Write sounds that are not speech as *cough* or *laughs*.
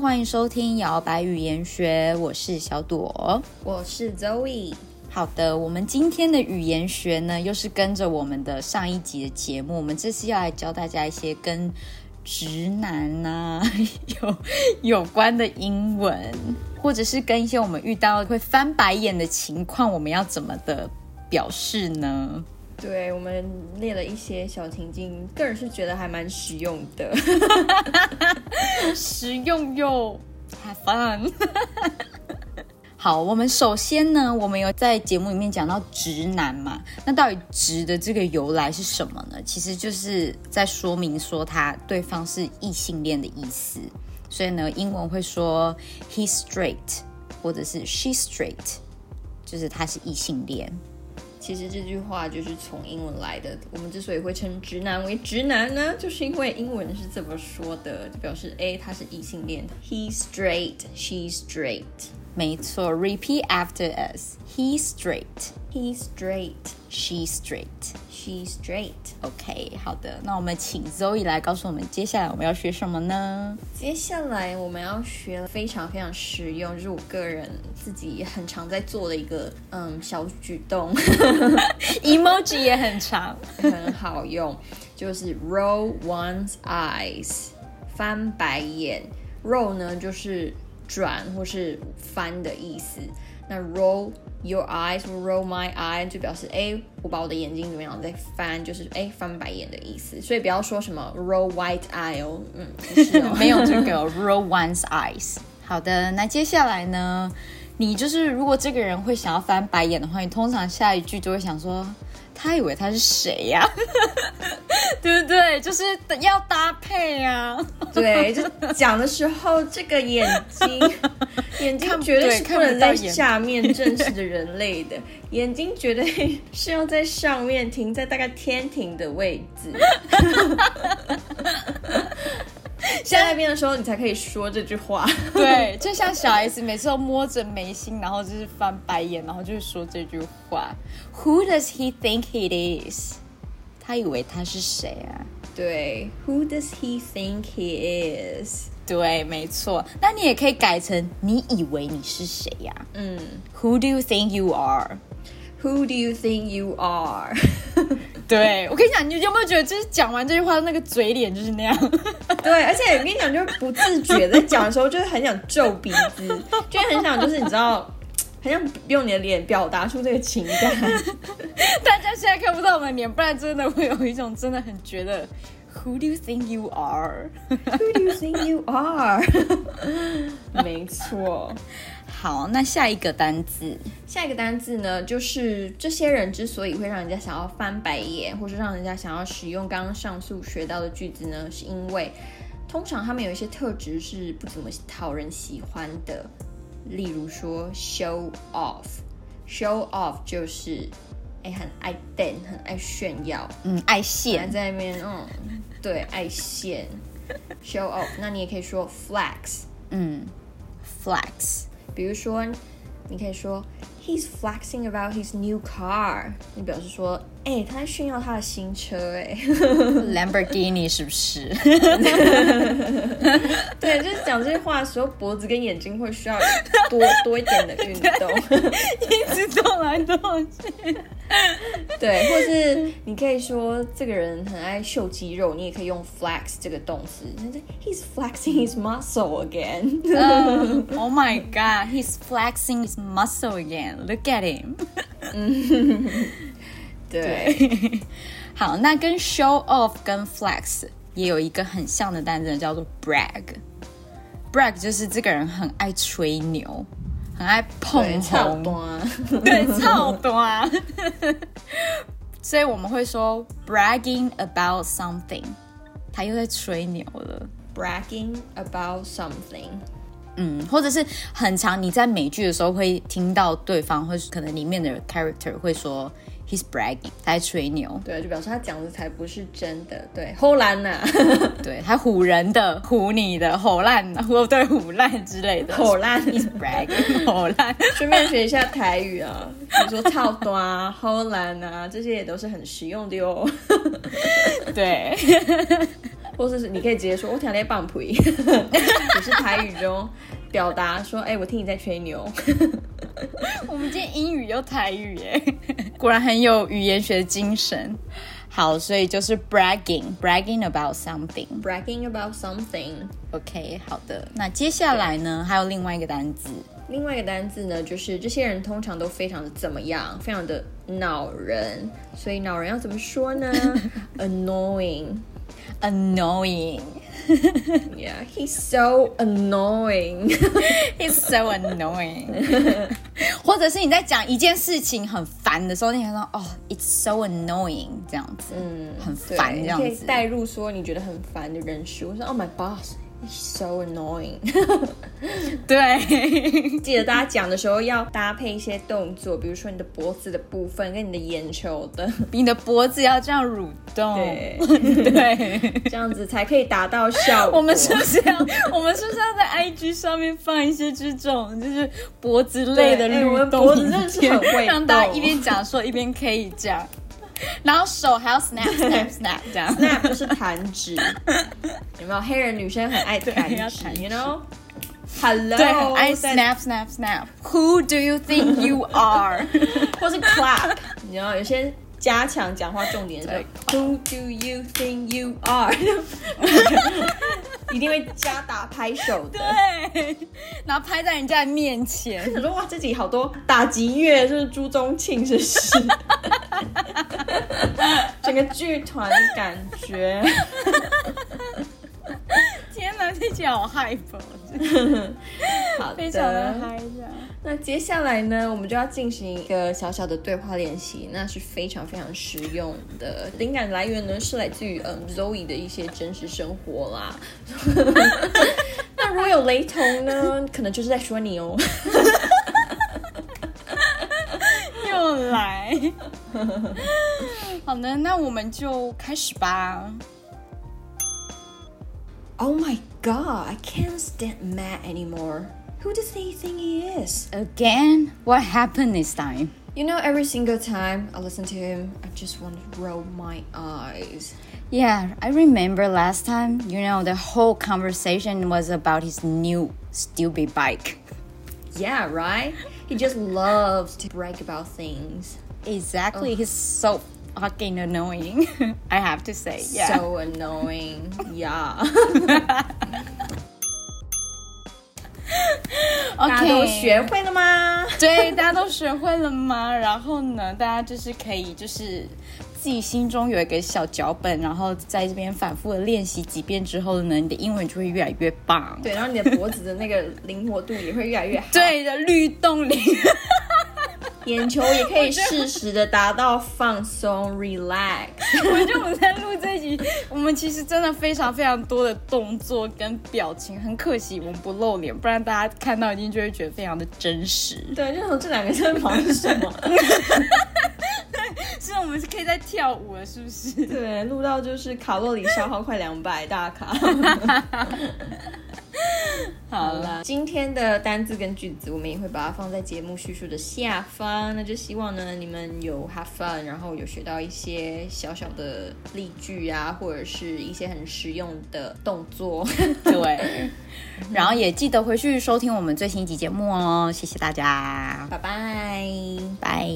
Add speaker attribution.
Speaker 1: 欢迎收听摇摆语言学，我是小朵。
Speaker 2: 我是 Zoe，
Speaker 1: 好的，我们今天的语言学呢，又是跟着我们的上一集的节目，我们这次要来教大家一些跟直男呐、 *laughs* 有有关的英文，或者是跟一些我们遇到会翻白眼的情况，我们要怎么的表示呢？
Speaker 2: 对我们列了一些小情境，个人是觉得还蛮实用的。 *laughs*
Speaker 1: 实用又 have fun。好，我们首先呢，我们有在节目里面讲到直男嘛，那到底直的这个由来是什么呢？其实就是在说明说他对方是异性恋的意思，所以呢，英文会说 he's straight 或者是 she's straight，就是他是异性恋。
Speaker 2: 其实这句话就是从英文来的。我们之所以会称直男为直男呢，就是因为英文是这么说的，就表示 A 他是异性恋，He's straight, she's straight,
Speaker 1: 没错，repeat after us，he's straight。
Speaker 2: he's straight,
Speaker 1: She's straight.
Speaker 2: she's straight。
Speaker 1: OK，好的，那我们请 Zoe 来告诉我们接下来我们要学什么呢？
Speaker 2: 接下来我们要学非常非常实用，就是我个人自己也很常在做的一个嗯小举动，
Speaker 1: emoji 也很长。
Speaker 2: 很好用，就是 roll one's eyes，翻白眼。roll 呢就是转或是翻的意思。那 roll your eyes 或 roll my eye 就表示哎，我把我的眼睛怎么样在翻，就是哎翻白眼的意思。所以不要说什么 roll white eye 哦，嗯，不 *laughs* 是哦，
Speaker 1: 没有这个 roll one's eyes。好的，那接下来呢？你就是如果这个人会想要翻白眼的话，你通常下一句就会想说，他以为他是谁呀、 *laughs* 对不对？就是要搭配啊呀、
Speaker 2: 对，就讲的时候，这个眼睛，眼睛
Speaker 1: 看
Speaker 2: 绝对
Speaker 1: 对
Speaker 2: 是不
Speaker 1: 看
Speaker 2: 能
Speaker 1: 不到
Speaker 2: 在
Speaker 1: 眼
Speaker 2: 下面正视着人类的，眼睛绝对是要在上面停在大概天庭的位置。在那边的时候，你才可以说这句话。
Speaker 1: *laughs* 对，就像小 S 每次都摸着眉心，然后就是翻白眼，然后就是说这句话：Who does he think it is？他以为他是谁啊？
Speaker 2: *laughs* 对，Who does he think he is？
Speaker 1: 对，没错。那你也可以改成你以为你是谁呀、
Speaker 2: 嗯
Speaker 1: ？Who do you think you are？
Speaker 2: ，Who do you think you are？ *laughs*
Speaker 1: 对我跟你讲，你有没有觉得，就是讲完这句话，那个嘴脸就是 *laughs* 那样？
Speaker 2: 对，而且我跟你讲，就是不自觉在讲的时候，就是很想皱鼻子，就是很想，就是你知道，很想用你的脸表达出这个情感。
Speaker 1: *laughs* 大家现在看不到我们脸，不然真的会有一种真的很觉得 Who do you think you are？
Speaker 2: *laughs* Who do you think you are？没错，
Speaker 1: 好，那下一个单字，
Speaker 2: 下一个单字呢，就是这些人之所以会让人家想要翻白眼，或是让人家想要使用刚刚上述学到的句子呢，是因为通常他们有一些特质是不怎么讨人喜欢的，例如说 show off，show off 就是哎很爱 d 很爱炫耀，
Speaker 1: 嗯，爱
Speaker 2: 还
Speaker 1: 现，
Speaker 2: 在那边嗯对爱现 show off，那你也可以说 flex，
Speaker 1: 嗯，flex，
Speaker 2: 比如说，你可以说 He's flexing about his new car，你表示说，哎、他在炫耀他的新车、
Speaker 1: Lamborghini 是不 *laughs* 是？
Speaker 2: 哎， *laughs* 对，就是讲这些话的时候，脖子跟眼睛会需要多 *laughs* 多一点的运动，
Speaker 1: 一直动来动去。
Speaker 2: 对，或是你可以说这个人很爱秀肌肉，你也可以用 flex 这个动词，就是 He's flexing his muscle again， *laughs*
Speaker 1: Oh my god, he's flexing his muscle again. Look at him. *laughs*
Speaker 2: 对，
Speaker 1: 好，那跟 show off 跟 flex 也有一个很像的单词，叫做 brag。brag 就是这个人很爱吹牛，很爱
Speaker 2: 对，
Speaker 1: 捧
Speaker 2: 差
Speaker 1: 红
Speaker 2: 不，多啊，
Speaker 1: *laughs* 对，操多。 *laughs* 所以我们会说 bragging about something，他又在吹牛了。
Speaker 2: bragging about something。
Speaker 1: 嗯，或者是很长，你在美剧的时候会听到对方，或是可能里面的 character 会说 he's bragging，他在吹牛，
Speaker 2: 对，就表示他讲的才不是真的。对， *laughs* 后兰呐，
Speaker 1: 对，他唬人的、唬你的、吼烂的， *laughs* 或对唬烂之类的
Speaker 2: 后兰，
Speaker 1: ，bragging 吼烂。
Speaker 2: *laughs* 顺便学一下台语啊，比如说套端啊、荷兰啊，这些也都是很实用的哟。
Speaker 1: 对，
Speaker 2: *laughs* 或者是你可以直接说“我天天棒腿”， *laughs* 也是台语中表达说“哎、我听你在吹牛
Speaker 1: *laughs* 我们今天英语又台语耶，果然很有语言学精神。好，所以就是 bragging，bragging about something。
Speaker 2: *laughs* ”，bragging about something。
Speaker 1: OK，好的。那接下来呢，还有另外一个单字，
Speaker 2: 另外一个单字呢，就是这些人通常都非常的怎么样，非常的恼人，所以恼人要怎么说 *laughs* 呢？Annoying。
Speaker 1: annoying。
Speaker 2: Yeah, he's so annoying. *laughs*
Speaker 1: It's so annoying 。 *laughs* 或者是你在讲一件事情很烦的时候，你可能说哦，It's so annoying 这样子，嗯，很烦
Speaker 2: 对
Speaker 1: 这
Speaker 2: 你
Speaker 1: 样
Speaker 2: 可以
Speaker 1: 子。
Speaker 2: 代入说你觉得很烦的人事物，说 Oh my boss, he's so annoying *laughs*
Speaker 1: 对， *laughs*
Speaker 2: 记得大家讲的时候要搭配一些动作，比如说你的脖子的部分跟你的眼球的， *laughs*
Speaker 1: 你的脖子要这样蠕动。
Speaker 2: 对，
Speaker 1: 对
Speaker 2: 这样子才可以达到效果。
Speaker 1: 我们是不是要，我们是不是要在 IG 上面放一些这种就是脖子类的
Speaker 2: 对哎我
Speaker 1: 律
Speaker 2: 们
Speaker 1: 动
Speaker 2: 脖子
Speaker 1: 影片，
Speaker 2: 真的是很会
Speaker 1: 让大家
Speaker 2: 动
Speaker 1: 一边讲说一边可以这样，然后手还要 snap snap snap 这样。
Speaker 2: snap 就是弹指， *laughs* 有没有？黑人女生很爱弹
Speaker 1: 对要
Speaker 2: 指
Speaker 1: 弹指
Speaker 2: ，you know。Hello，
Speaker 1: 对，很爱
Speaker 2: 在
Speaker 1: snap snap snap。Who do you think *laughs* you are？
Speaker 2: *laughs* 或是 clap，你知道有些加强讲话重点的时候，Who do you think you are？一定会加打拍手的。
Speaker 1: 对，然后拍在人家的面前。
Speaker 2: 想说哇，自己好多打击乐，就是朱宗庆，是不 *laughs* 是？整个剧团的感觉。
Speaker 1: *laughs* 天哪，听起来好害怕，
Speaker 2: 好
Speaker 1: *laughs* 非常的
Speaker 2: 的，
Speaker 1: 嗨这样。
Speaker 2: 那接下来呢，我们就要进行一个小小的对话练习，那是非常非常实用的。灵感来源呢是来自于嗯 Zoe 的一些真实生活啦。 *laughs* 那如果有雷同呢，可能就是在说你哦。
Speaker 1: 又来。 *laughs* 好的，那我们就开始吧。
Speaker 2: Oh my god, I can't stand Matt anymore. Who does he think he is?
Speaker 1: Again, what happened this time?
Speaker 2: You know, every single time I listen to him, I just want to roll my eyes.
Speaker 1: Yeah, I remember last time, you know, the whole conversation was about his new stupid bike.
Speaker 2: Yeah, right? He just loves to brag about things.
Speaker 1: Exactly, he's so fucking annoying. *laughs* I have to say, yeah.
Speaker 2: *laughs* So annoying. Yeah. *laughs* 大家都
Speaker 1: OK，
Speaker 2: 学会了吗？
Speaker 1: 对，大家都学会了吗？然后呢，大家就是可以就是自己心中有一个小脚本，然后在这边反复的练习几遍之后呢，你的英文就会越来越棒。
Speaker 2: *laughs* 对，然后你的脖子的那个灵活度也会越来 *laughs* 越好，
Speaker 1: 对的，律动
Speaker 2: *laughs*
Speaker 1: 力。
Speaker 2: 眼球也可以适时的达到放松，relax。
Speaker 1: 我觉得我们在录这一集，我们其实真的非常非常多的动作跟表情，很可惜我们不露脸，不然大家看到一定就会觉得非常的真实。
Speaker 2: *laughs* 对，就是这两个在忙什 *laughs* 么？
Speaker 1: 所以我们是可以在跳舞了，是不是？
Speaker 2: 对，录到就是卡路里消耗快两百大卡。
Speaker 1: 好
Speaker 2: *laughs* 好
Speaker 1: 了，
Speaker 2: 啦，今天的单字跟句子，我们也会把它放在节目叙述的下方。那就希望呢，你们有 have fun，然后有学到一些小小的例句啊，或者是一些很实用的动作。
Speaker 1: *laughs* 对。然后也记得回去收听我们最新一集节目哦，谢谢大家，
Speaker 2: 拜拜。
Speaker 1: 拜。